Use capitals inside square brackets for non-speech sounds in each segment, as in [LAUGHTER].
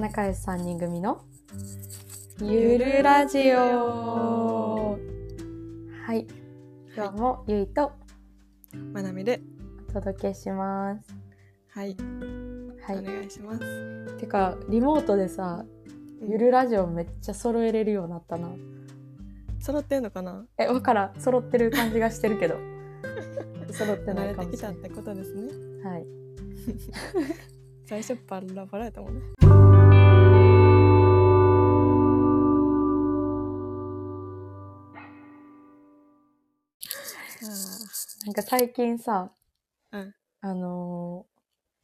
仲良し3人組のゆるラジオはい今日もゆいとまなみで、お届けしますはい、はおい願いします。てかリモートでさゆるラジオめっちゃ揃えれるようになったな揃ってんのかなえわからん揃ってる感じがしてるけ [LAUGHS] ど揃ってな慣いれかてもきしれたなっいてことですね。はい最初バラバラやったもんね。なんか最近さ、うんあのー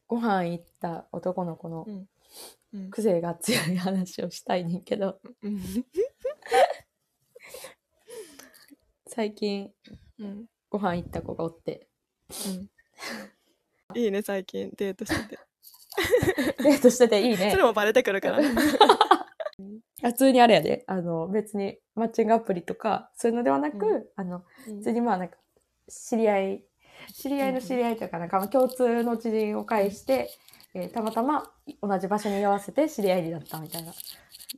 ご飯行った男の子のうんうん癖が強い話をしたいねんけど最近うん、ご飯行った子がお [LAUGHS] ってうん。いいね、最近デートしてて。デートしてていいそねれもバレてくるからね。あ普通にあれやであの別にマッチングアプリとかそういうのではなく、うんあの普通にまあなんか知り合い知り合いの知り合いというかなんかまあ共通の知人を介して、えーたまたま同じ場所に居合わせて知り合いになったみたいな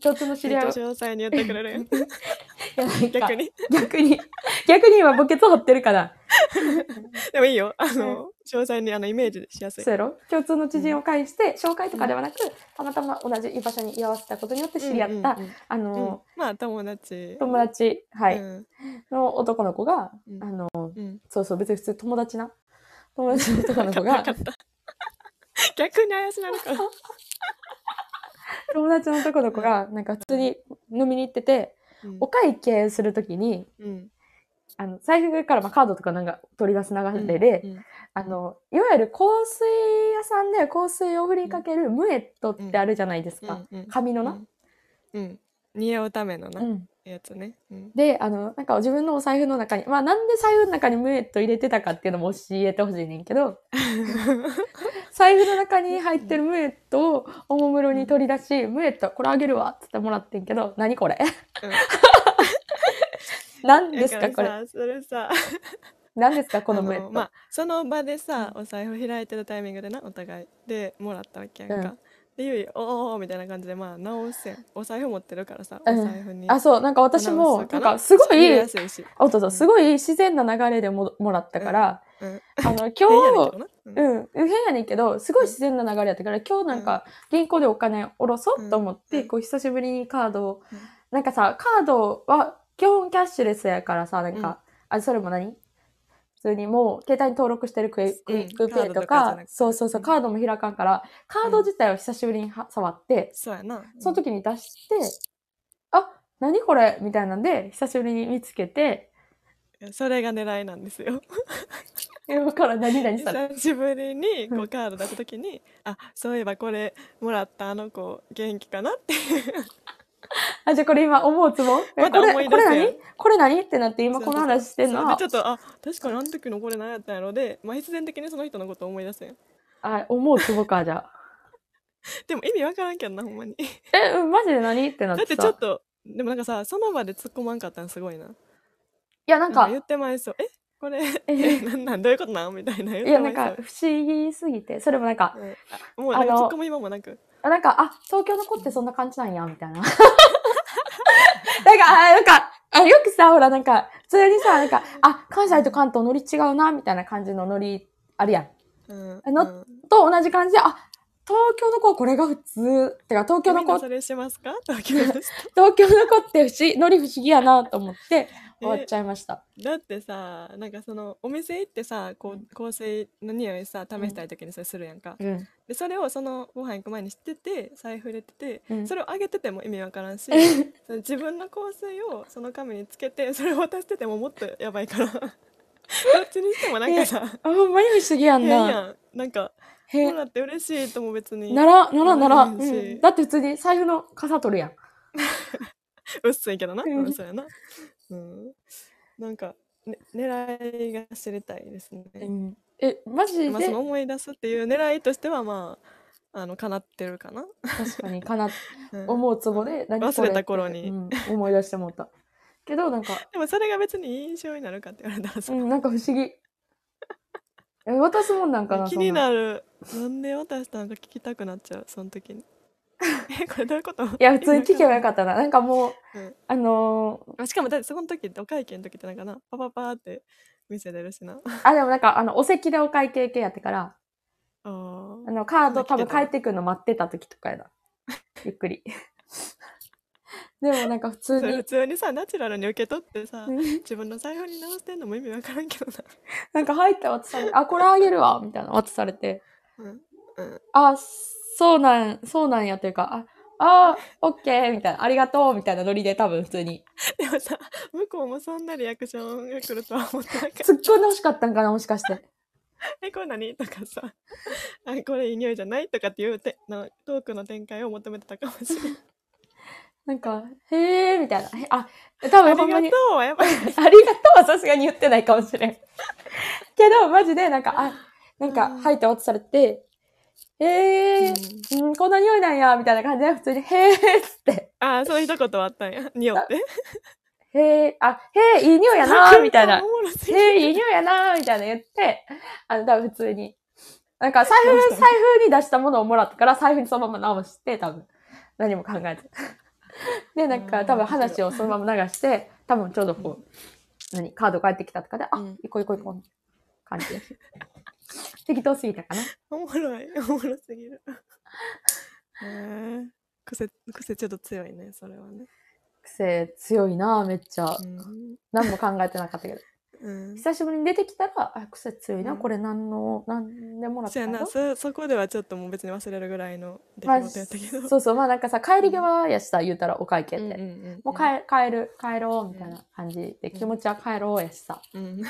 共通の知り合いをえっと詳細に言ってくれるいやなんか逆に。逆に、逆に今ボケツ掘ってるから。でもいいよ。あの、詳細にあのイメージしやすいそう。やろ共通の知人を介して、紹介とかではなく、たまたま同じ居場所に居合わせたことによって知り合った、うんうんうんあうんの、まあ友達。友達、はい、うんの男の子が、うんあの、うんそうそう、別に普通友達な。友達の男の子わが [LAUGHS] か、った。 [LAUGHS] 逆に怪しなるから。友達の男の子が、なんか普通に飲みに行ってて、うんお会計するときに、うんあの、財布からまあカードとかなんか取り出す流れで、うんあの、いわゆる香水屋さんで香水を振りかけるムエットってあるじゃないですうか。んうん紙のな。うん。似合うためのう、なんやつね。うんであのなんか自分のお財布の中にまあなんで財布の中にムエット入れてたかっていうのも教えてほしいねんけ [LAUGHS] ど財布の中に入ってるムエットをおもむろに取り出し「ムエットこれあげるわ」っつってもらってんけど「何これ [LAUGHS] 何ですかだこられさそれさ、何ですかこのあムエット」まあその場でさ、お財布開いてるタイミングでなお互いでもらったわけやんうか。でゆいおーおーみたいな感じでまあ直せん。お財布持ってるからさ、うおん財布に。あそうなんか私アナウンもスなかんなかすご入れいやすいし。あそうそうすごい自然な流れでももらったから、うんあの [LAUGHS] 変やね今日んけどなうんうん、変やねんけどすごい自然な流れやったから今日なんか銀行でお金下ろそうと思って、うんこう久しぶりにカードを、うんなんかさカードは基本キャッシュレスやからさなんか、あそれも何普通にもう携帯に登録してるクイクイックペイとか,、カードとかじゃなくてそうそうそうカードも開かんからカード自体を久しぶりには触って、そうやな。その時に出して「あ何これ」みたいなんで久しぶりに見つけてうんそれが狙いなんですよ。 「えわからん何々され久しぶりにこうんうカード出した時に、あそういえばこれもらったあの子元気かなっていうあじゃあこれ今思うつぼえまこだれ思いこ出れせやん何これ何ってなって今そうこそうの話してんのそれはでちょっとあ確かにあの時のこれ何やったんやろで、まあ、必然的にその人のこと思い出せんあ思うつぼかじゃあでも意味わからんけどなほんまにえうんマジで何ってなっだっててさちょっとでもなんかさその場で突っ込まんかったのすごいないやなんなんかか言ってまいそうえこれ [LAUGHS] え [LAUGHS] えなんなんどういうことなんみたいな言っいてやなんまいそうか不思議すぎてそれもなんか、うんあもうなんかあの突っ込む今もなくあなんかあ東京の子ってそんな感じなんやみたい [LAUGHS] ななんかあなんかあよくさほらなんか普通にさなんかあ関西と関東ノリ違うなみたいな感じのノリあるやんうんあのうんと同じ感じであ東京の子これが普通てか東京のみん子なそれしますか東京の人東京の子って不思議ノリ不思議やなと思って終わっちゃいました。だってさなんかそのお店行ってさこう香水の匂いさ試したい時にそれするやんか、うんでそれをそのご飯行く前に知ってて財布入れてて、うんそれをあげてても意味わからんし [LAUGHS] その自分の香水をその紙につけてそれを渡しててももっとやばいから [LAUGHS] どっちにしてもなんかさあほんまに不思議やん変やな。んなんかへもらって嬉しいとも別になら、なら、なら、うんうんだって普通に財布の傘取るやん。うっすいけどな、うんうん、そうやな、うん、なんか、ね、狙いが知りたいですね、え、マジでまあ、その思い出すっていう狙いとしてはまああの叶ってるかな、確かにかな、うん思うつぼ [LAUGHS] で何これって忘れた頃にうん思い出してもった。けど、 [LAUGHS] なんか、でもそれが別に印象になるかって言われたら [LAUGHS] うさ、ん、なんか不思議。え、渡すもんなんかな、気になるなんで渡したのか聞きたくなっちゃうその時に [LAUGHS] えこれどういうこといいや、普通に聞けばよかったな。なんかもう、うんあのあしかもだってそこの時ってお会計の時ってなんかなパパパーって店出るしな [LAUGHS] ーあ、でもなんか、あの、お席でお会計系やってから、ああーの、カード多そんな分来てた帰ってくるの待ってた時とか [LAUGHS] やな。ゆっくり。でもなんか普通それに普、通にさナチュラルに受け取ってさうん自分の財布に直してんのも意味わからんけど [LAUGHS] なんか入った渡されて、あ、これあげるわ、みたいな渡されて、なうんうんあ、そうなん、そうなんやというか、あ、あー、オッケー、みたいな、ありがとう、みたいなノリで多分普通 [LAUGHS] に。でもさ向こうもそんなリアクションが来るとは思ってなかった突っ込んで欲しかったんかな、もしかして。え、これ何とかさ、あ、これいい匂いじゃないとかっていうてのトークの展開を求めてたかもしれない。なんか、へー、みたいな。へあ、多分ほんまありにがと。うはやっぱり、 [LAUGHS] ありがとうはさすがに言ってないかもしれん。け [LAUGHS] ど、マジで、なんか、あ、なんうか、ん入って落とされて、えー、うん、こんな匂いなんや、みたいな感じで、普通に、へーっつって、ああ、そういう一言はあったんや。匂って。へー、あ、へー、いい匂いやなー、みたいな [LAUGHS] お。もろすぎるへー、いい匂いやなー、みたいな言って、あの、多分普通に。なんか、財どう布、した財の布に出したものをもらったから、財布にそのまま直して、多分。何も考えず。 [LAUGHS] で、なんうか、ん多分話をそのまま流して、多分ちょうどこう、何、カード返ってきたとかで、あ、うん行こう行こう行こう、感じです。適当すぎたかな。おもろい。おもろすぎる。へえ。癖、癖ちょっと強いね、それはね。癖強いな、めっちゃう。ん。何も考えてなかったけど。うん。久しぶりに出てきたら、あ、癖強いな、うんこれ何の、何でもらっそたやのな、そ、そこではちょっともう別に忘れるぐらいの出ま来あ、事やったけど。そうそう、まあなんかさ、帰り際やした、言うたらお会計って。んんんもう帰帰る、帰ろうみたいな感じで、うん気持ちは帰ろうやしさ。うん。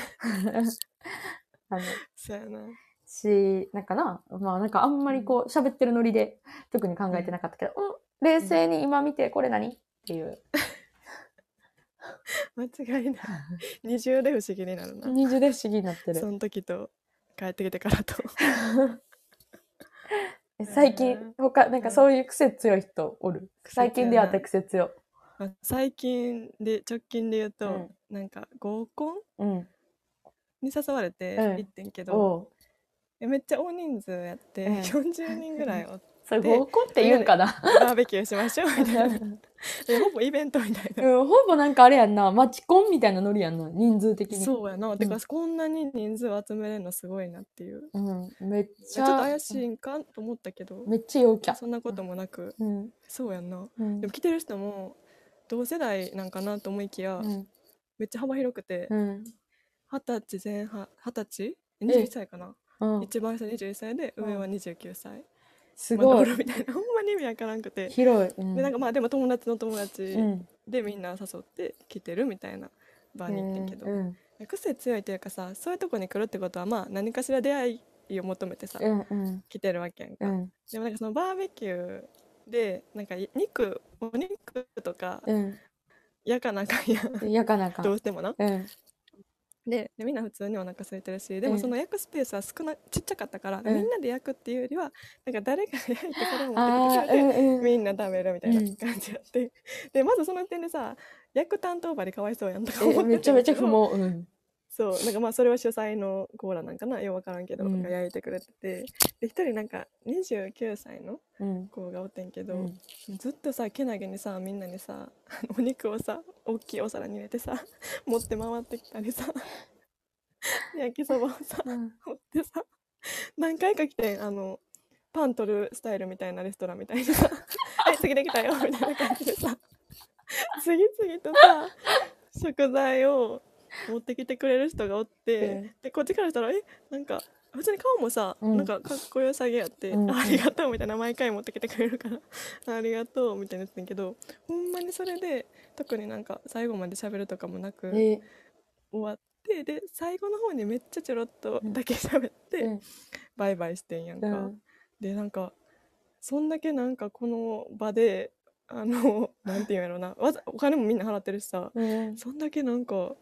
あのそやな。し、なんかな、まあなんかあんまりこう喋ってるノリで特に考えてなかったけど、うん、冷静に今見てこれ何っていう。間違いない。 [LAUGHS] 二重で不思議になるな。二重で不思議になってそる。の時と帰ってきてか [LAUGHS] らとえ最近、他、なんかそういう癖強い人おる。最近出会った癖強い。あ最近で直近で言うと、うんなんか合コンうん。に誘われてうん行ってんけど、おうえめっちゃ大人数やって、うん40人ぐ [LAUGHS] らいおってそれ合コンって言うんかな。バーベキューしましょう [LAUGHS] みたいなうえほぼイベントみたいな。ん、ほぼなんかあれやんな、マチコンみたいなノリやんな、人数的に。そうやな、てかこんなに人数集めれるのすごいなっていううん、めっちちょゃ。っと怪しいんかと思ったけどめっちゃ陽キャ。そんなこともなくうん。そうやんなうんでも来てる人も同世代なんかなと思いきや、うんめっちゃ幅広くて、うん二十歳前半二十歳え21歳かなうん、一番下21歳でうん上は29歳すまあごおるいみたいなほ [LAUGHS] んまに意味わからんくて広い、うん、でなんかまあでも友達の友達うんでみんな誘って来てるみたいなバーに行ってんけどうん癖強いというかさそういうとこに来るってことはまあ何かしら出会いを求めてさうんうん来てるわけやんうかんでもなんかそのバーベキューでなんかい肉お肉とかうんやかなんかんやんうんやかなかどうしてもなうんででみんな普通にお腹空いてるしでもうんその焼くスペースは少なちっちゃかったから、うんみんなで焼くっていうよりはなんか誰かが焼いてそれを持ってきあてーうくれて、んうんみんな食べるみたいなうん感じやって、でまずその点でさ焼く担当バリかわいそうやんとか思ってえたんめちゃめちゃやけ不ど毛うんそうなんかまあそれは主催のコーラなんかなようわからんけど、うんなんか焼いてくれててで一人なんか29歳のうん子がおってんけど、うんずっとさけなげにさみんなにさ [LAUGHS] あのお肉をさ大きいお皿に入れてさ持って回ってきたりさ焼きそばをさ [LAUGHS] うん持ってさ何回か来てんあのパン取るスタイルみたいなレストランみ [LAUGHS] たいにさ「はい次できたよ」みたいな感じでさ次々とさ食材を持ってきてくれる人がおって、うんでこっちからしたら「えなんか普通に顔もさ、うんなんかかっこよさげやって、うんうんありがとう」みたいな毎回持ってきてくれるから「ありがとう」みたいなやつだけどほんまにそれで特になんか最後まで喋るとかもなく。え終わってで最後の方にめっちゃちょろっとだけ喋って、うんバイバイしてんやんか、うんでなんかそんだけなんかこの場であ [LAUGHS] のなんていうんやろなわざお金もみんな払ってるしさうんそんだけなんか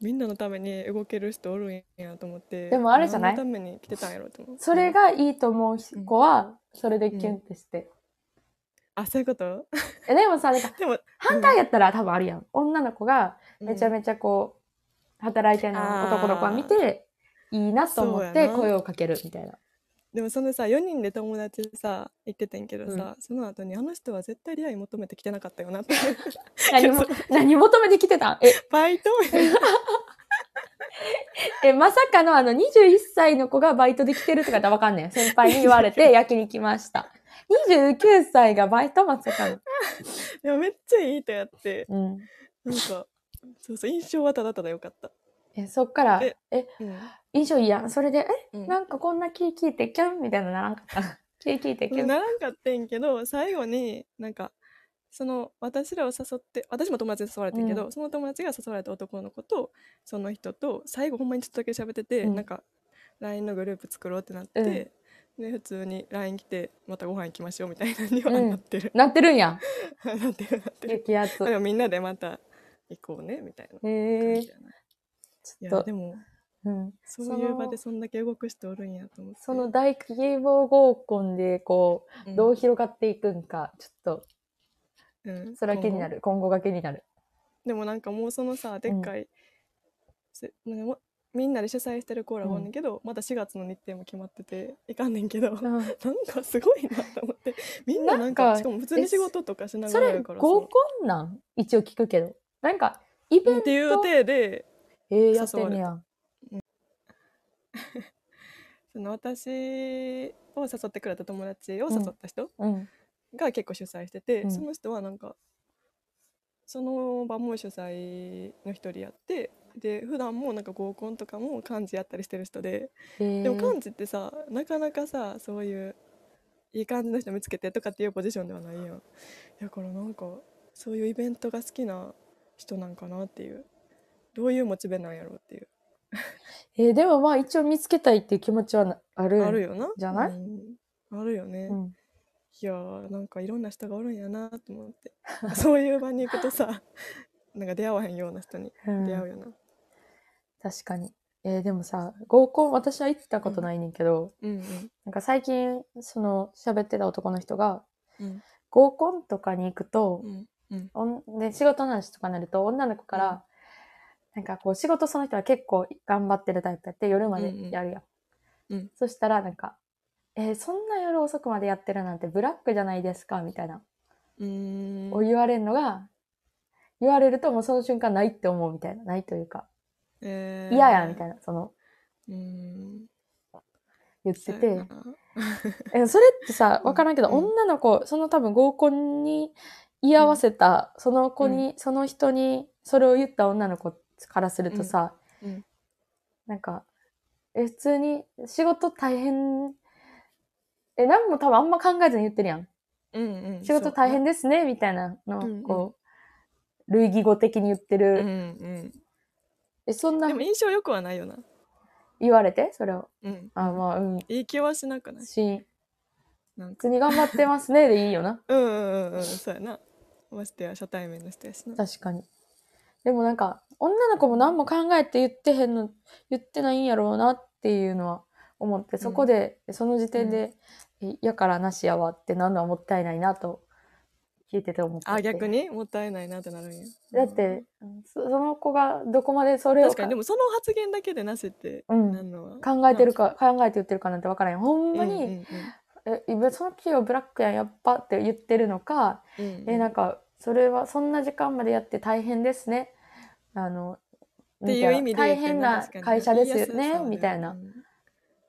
みんなのために動ける人おるんやと思ってでもあれじゃない何のために来てたんやろって思うそれうんがいいと思う子はそれでキュンってして、あそういうこと [LAUGHS] えでもさなんかでも反対やったら多分あるやん女の子がめちゃちめちゃこう働いてるのを男の子が見ていいなと思っそうてやな声をかけるみたいなでもそのさ4人で友達でさ行っててんけどさ、その後にあの人は絶対出会い求めてきてなかったよなって [LAUGHS] 何 [LAUGHS] も、何求めてきてたん [LAUGHS] え、バイトみたいなえ、まさかのあの21歳の子がバイトで来てるとかってわかんねん。先輩に言われ [LAUGHS] て焼きに来ました。29歳がバイトまさかの。でもめっちゃいい人やってうん。なんかそうそう印象はただただ良かった、え、そっから、ええ、うん印象いいやん。それで、え、うんなんかこんな気聞いてきゃんみたいなのならんかっ [LAUGHS] た。気聞いてきゃん。ならんかってんけど最後になんかその私らを誘って私も友達に誘われてんけど、その友達が誘われた男の子とその人と最後ほんまにちょっとだけ喋ってて、うんなんか LINE のグループ作ろうってなって、うんで普通に LINE 来てまたご飯行きましょうみたいなにはうんなってる、 [LAUGHS] なってるんやん。なってるなってる激アツ。でへもみんなでまた行こうねみたいな感えじやな、いちょやっでと、もうん。そういう場でそんだけ動く人おるんやと思ってその大希望合コンで、こうう、んどう広がっていくんか、ちょっと、うんそれは気になる。今後が気になる。でもなんかもうそのさでっかい、せなんかもみんなで主催してるコーラがあんねんけど、まだ4月の日程も決まってていかんねんけど [LAUGHS] [LAUGHS] なんうんかすごいなと思ってみんななんかなんかしかも普通に仕事とかしなそがられやから合コンなん一応聞くけどなんかイベっンてトいう体でえー、やってんねやその私を誘ってくれた友達を誘った人うんが結構主催してて、うんその人はなんかその場も主催の一人やってで普段もなんか合コンとかも幹事やったりしてる人で。えー、でもカンチってさなかなかさそういういい感じの人見つけてとかっていうポジションではないやんだからなんかそういうイベントが好きな人なんかなっていうどういうモチベなんやろうっていう、えーでもまあ一応見つけたいっていう気持ちはなあるあるよなじゃないうんあるよね、ういん、やーなんかいろんな人がおるんやなと思ってそういう場に行くとさなんか出会わへんような人にうん出会うよな確かにえーでもさ合コン私は行ったことないねんけど、うんなんか最近その喋ってた男の人がうん合コンとかに行くとう、んうんおんで仕事の話とかになると女の子から、なんかこう仕事その人は結構頑張ってるタイプやって夜までやるやん、うんうんうんそしたらなんか「えーそんな夜遅くまでやってるなんてブラックじゃないですか」みたいな、うーんを言われるのが言われるともうその瞬間ないって思うみたいなないというかえー嫌やみたいなそのうーん言ってそうやてなえそれってさうん分からんけど、うん女の子その多分合コンに居合わせた、その子に、その人にそれを言った女の子からするとさ、うんうんなんかえ普通に仕事大変え何も多分あんま考えずに言ってるやんうんうん仕事大変ですねみたいなのうんうんをこう、類義語的に言ってる、うんうんえそんなでも印象良くはないよな。言われてそれをうん。あまあうんいい気はしなくない。しなん普か。通に頑張ってますねでいいよなうんうんうんうん。そうやな。ましてや初対面の人や [LAUGHS] しな。確かに。でもなんか、女の子も何も考えて言ってへんの、言ってないんやろうなっていうのは思って、そこで、その時点で、えやからなしやわってなるのはもったいないなと、聞いてて思ってて。あ逆にもったいないなってなるんや。だって、そその子がどこまでそうん。れを確かにでもその発言だけでなしってうんなんのは。考えてるか、考えて言ってるかなんてわからへん。ほんうん。まうんに、え今その企業ブラックやん、やっぱって言ってるのか、うん。え、なんか。か、それは、そんな時間までやって大変ですね。あの、っていう意味でみたいな大言ってん変なな確かに会社ですよ言いやすさはねあ、るみたいなう。ん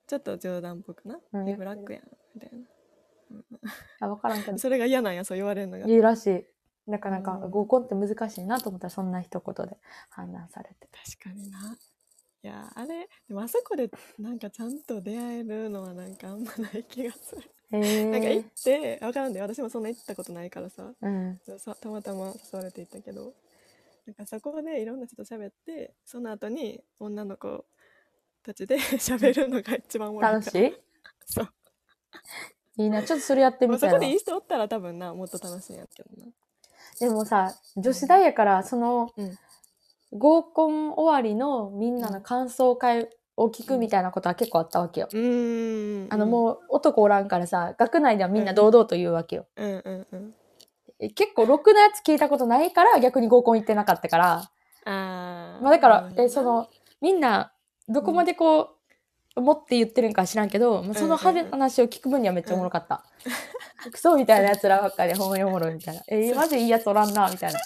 ちょっと冗談っぽくな。うんでブラックやんみたいあ、わからんけどな。、それが嫌なんやそう言われるのが。言うらしい。なかなかうん合コンって難しいなと思ったら、そんな一言で判断されて。確かにな。いやあれでもあそこでなんかちゃんと出会えるのはなんかあんまない気がする。なんかへ行えっ。て分からんで私もそんな行ったことないからさうん。さたまたま誘われて行ったけどなんかそこでいろんな人と喋ってその後に女の子たちで [LAUGHS] 喋るのが一番おもろい楽しいそういいな。ちょっとそれやってまあみそたこいでないい。人おったら多分なもっと楽しいんやけどなでもさ、女子大やから、そのうん、合コン終わりのみんなの感想会を聞くみたいなことは結構あったわけよ。うーんあの、もう男おらんからさ、学内ではみんな堂々と言うわけよ。うんうんうんうんえ結構ろくなやつ聞いたことないから逆に合コン行ってなかったから、あーまあ、だかならるほどえなそのみんなどこまでこう、持って言ってるんか知らんけど、まあ、そのうんうんうん話を聞く分にはめっちゃおもろかった。クソみたいなやつらばっかりでほんまにおもろいみたいな。えー、マジいいやつおらんな、みたいな。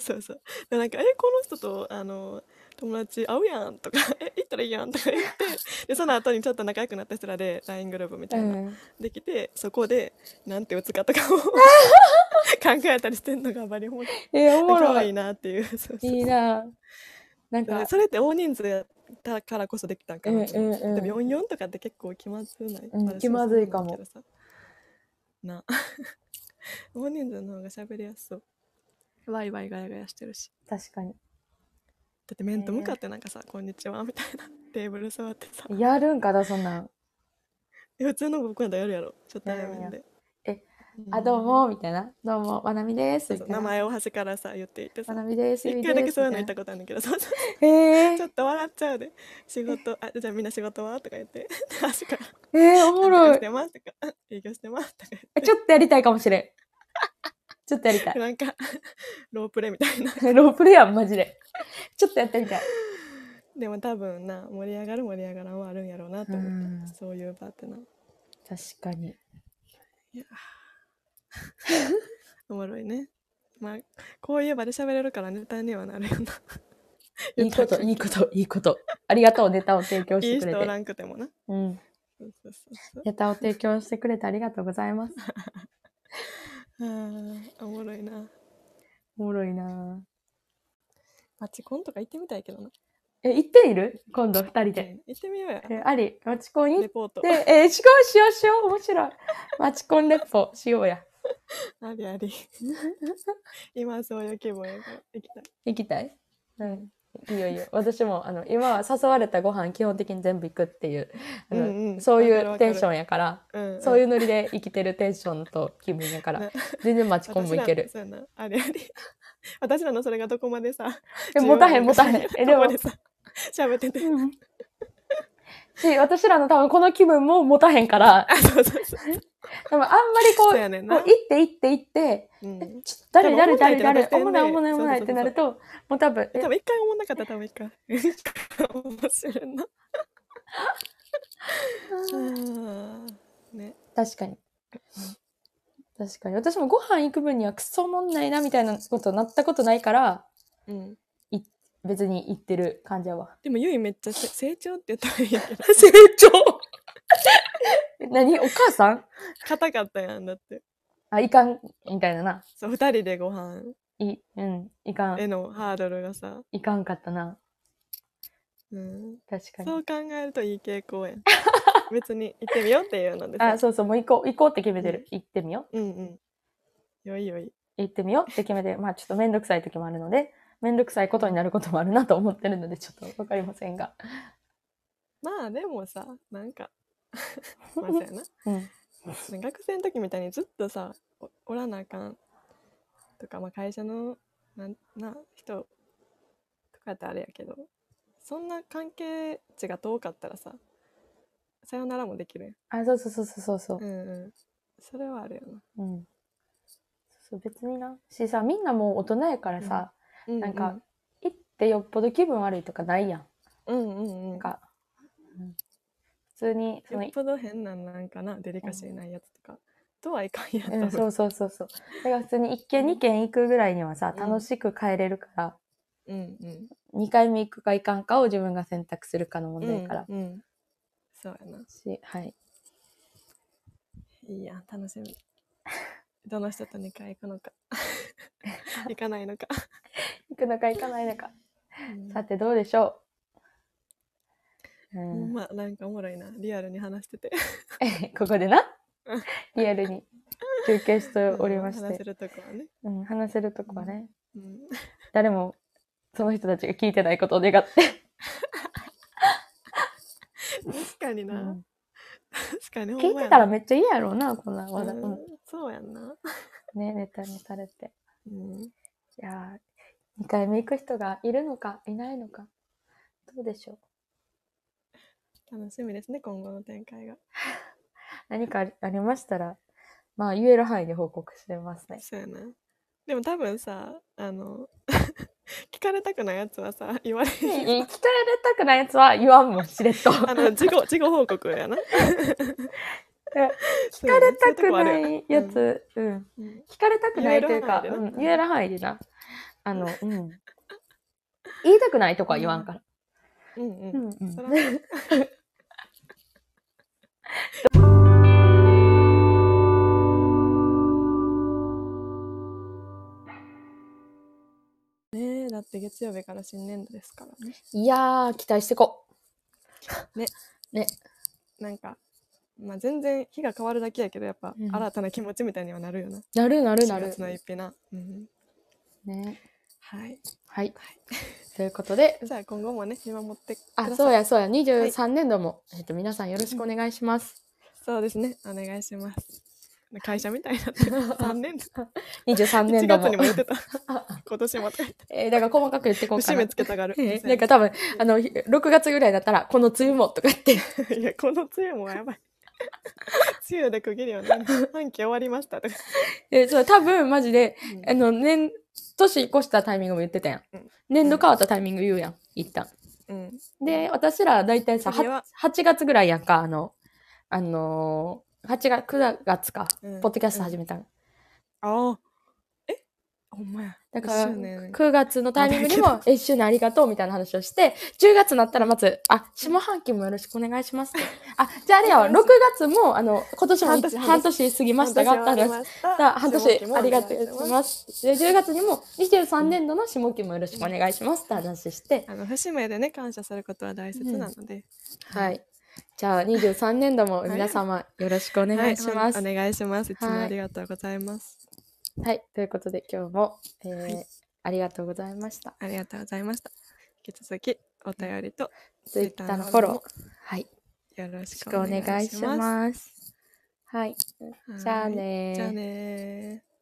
そうそうでなんか「えこの人とあの友達会うやん」とか「え行ったらいいやん」とか言 [LAUGHS] ってでその後にちょっと仲良くなった人らで LINE グループみたういな、ん。できてそこでなんて打つかとか [LAUGHS] を考えたりしてんのがバリ面白いえー、おも可ろ愛いい。なっていうそうそういいな。なんでか、それって大人数やったからこそできたんかな、うんうんうんでも44とかって結構気まずない、うん私も気まずいかもそうなんだけどさな [LAUGHS] 大人数の方が喋りやすそうワイワイガヤガヤしてるし確かに。だって面と向かってなんかさ「こんにちは」みたいなテーブル座ってさやるんかな、そんなん。え普通の僕らとやるやろちょっと早めやんるでえんあ、どうも、みたいな。どうも、まなみです。そうみたそういな名前を端からさ言っていってさまなみです。ゆ一い回だけそういうのですみ言ったたことあるんだけどそうそういなえちょーっと笑っちゃうで仕事あじゃあみんな仕事はとか言って端からえー、おも営業ろしい。てますとか [LAUGHS] あ営業してますとか言ってえちょっとやりたいかもしれん。ちょっとやりたい。なんか、 [LAUGHS] ロープレみたいな。 [LAUGHS] ロープレやん、マジで。ちょっとやってみたい。でも多分な、盛り上がる盛り上がらんはあるんやろうなと思っうんた。そういう場ってな。確かに。おもろいね。まあ、こういう場で喋れるからネタにはなるよな。いいこと、いいこと、いいこと。ありがとう、ネタを提供しいてくい人れおて。らんくてもな。うん。そうそうそうネタを提供してくれてありがとうございます。そう。ああ、おもろいな。おもろいなマチコンとか行ってみたいけどな。ぁえ、行ってみる今度二人で。うん行ってみようや。え、あり、マチコン行レっポートて。、えー、しようしようしよう、面白い。マチコンレポしようや。ありあり。 [LAUGHS] 今はそういう気分やから行きたい。行きたいうん。いいよいいよ。私も、あの、今は誘われたご飯基本的に全部行くっていう、あのうんうんそうわかるいうわかテるンションやから、うん、そういううノリで生きてるテンションと気分やかねら、全然マチんコンもいける。私らのそうやな。ありあり。 [LAUGHS] 私らのそれがどこまでさ、え、持たへん持たへ [LAUGHS] ん。え、でえ、でもも、。喋ってて。し、私らの多分この気分も持たへんから、あ、そうそうそう。多分あんまりこそうう、やねんこう行っな。て行って行って、うんちょっと誰多分誰誰誰、おおももなろいおいもないおもないってなると、もう多分、え多分一回思んなかった、多分一回。 [LAUGHS] 一回面白いな。うんね。確かに。確かに。私もご飯行く分にはクソもんないなみたいなことなったことないから、うん。別に行ってる感じや [LAUGHS] わ。でも、ゆいめっちゃせ成長って言ったらいいやけど。 [LAUGHS] 成長 [LAUGHS] 何お母さん硬かったやん、だって。あ、いかん、みたいなな。そう、二人でご飯い、うん、いかんへ。のハードルがさ。いかんかったな。うん。確かにそ。う考えるといい傾向やん。別に行ってみようっていうのでさあ、そうそう、もう行こう、行こうって決めてる。行ってみようんうん。よいよい。う。行ってみようって決めて、まあちょっとめんどくさい時もあるので、めんどくさいことになることもあるなと思ってるので、ちょっとわかりませんが。まあ、でもさ、なんか、 [LAUGHS] まあ、そうやな。うん。学生の時みたいにずっとさおおらなあかんとか、まあ、会社のなんな人とかってあれやけどそんな関係値が遠かったらささよならもできるあ、そうそうそうそうそうやん、うんうん、それはあるよなう。うん。そうそう、別にな。しさ、みんなもう大人やからさ、ううなんか、行ってよっぽど気分悪いとかないやん。うんうんうんなんか、うん普通に、そよの、っぽど変なんなんかなデリカシーないやつとかとはいかんやうん、ったそうそうそうそう。だから普通に1軒2軒行くぐらいにはさ、楽しく帰れるから、うんうん2回目行くか行かんかを自分が選択するかの問う題んから、うんそうやなしはいいいやん楽しみどの人と2回行く [LAUGHS] のか行かないのか行くのか行かないのか、うんさてどうでしょう、うほんん、まなんかおもろいなリアルに話してて [LAUGHS] ここでなうんリアルに休憩しておりまし話せて、るとこはね、うん、話せるとこはね [LAUGHS] うん、誰もその人たちが聞いてないことを願って、確かにな、うん確かに聞ほんいまてやたならめっちゃ嫌やろうなこんな話題、ううんん、そうやんな、ねネタにされてうん、いやー2回目行く人がいるのかいないのかどうでしょう楽しみですね今後の展開が何かありありましたらま [LAUGHS] あ言える範囲で報告してますねそうやなでも多分さあの [LAUGHS] 聞かれたくないやつはさ言われ聞かれたくないやつは言わんもん、しれっと。あの事後事後報告 [LAUGHS] やな聞かれたく [LAUGHS] そうなねいやそうつ、うん。うとこあるよね聞かれたくないというか、言える範囲うんで言える範囲でな。あの、 [LAUGHS] うん。言いたくないとかは言わんから。うんうんうん、うんうんそら [LAUGHS] ねえだって月曜日から新年度ですからねいやー、期待してこう。ね。ね。なんか、まあ、全然日が変わるだけやけどやっぱうん新たな気持ちみたいにはなるよな、なるなるな4る月。の一日な、うんうん、ね。はいはい。ということで、じゃあ今後もね見守ってくださあ、いそうやそうや、23年度も、えっと、皆さんよろしくお願いします。そうですねお願いします会社みたいにな [LAUGHS] ってる三年度23年1度月もに。も言っ [LAUGHS] てた今年もとか言ってえー、だから細かく言ってこうか節な目。つけたがるえーなんか多分、あの、6月ぐらいだったら、この梅雨もとか言って、いやこの梅雨もやばい梅雨で区切りは [LAUGHS] ない半期終わりましたとか、えーそう、多分、マジで、うんあの、年、年越したタイミングも言ってたやんうん。年度変わったタイミング言うやん、一旦。うん、で、私ら大体さ、次はは8月ぐらいやんか、あの、あのー、8月、9月か、うんポッドキャスト始めたの。ああえほんまやだから、一周年9月のタイミングにも、え一周年ありがとうみたいな話をして、10月になったらまず、あ、下半期もよろしくお願いし [LAUGHS] ますって。あ、じゃああれやわ、6月も、あの、今年も半年半年過ぎましたがって話ししたた。半年ありがとうございます。で、10月にも、23年度の下期もよろしくお願いしますって話して、あの節目でね感謝することは大切なので、はい。じゃあ23年度もはい皆様よろしくお願はいします。おはい、願いしますいつもはいありがとうございます、ということで今日も、えーはいありがとうございました。ありがとうございました引き続きお便りとツイッターのフォロー、はい、よーよろろししくくおお願願いいししまます。はい、すじゃあはいねーじゃあねー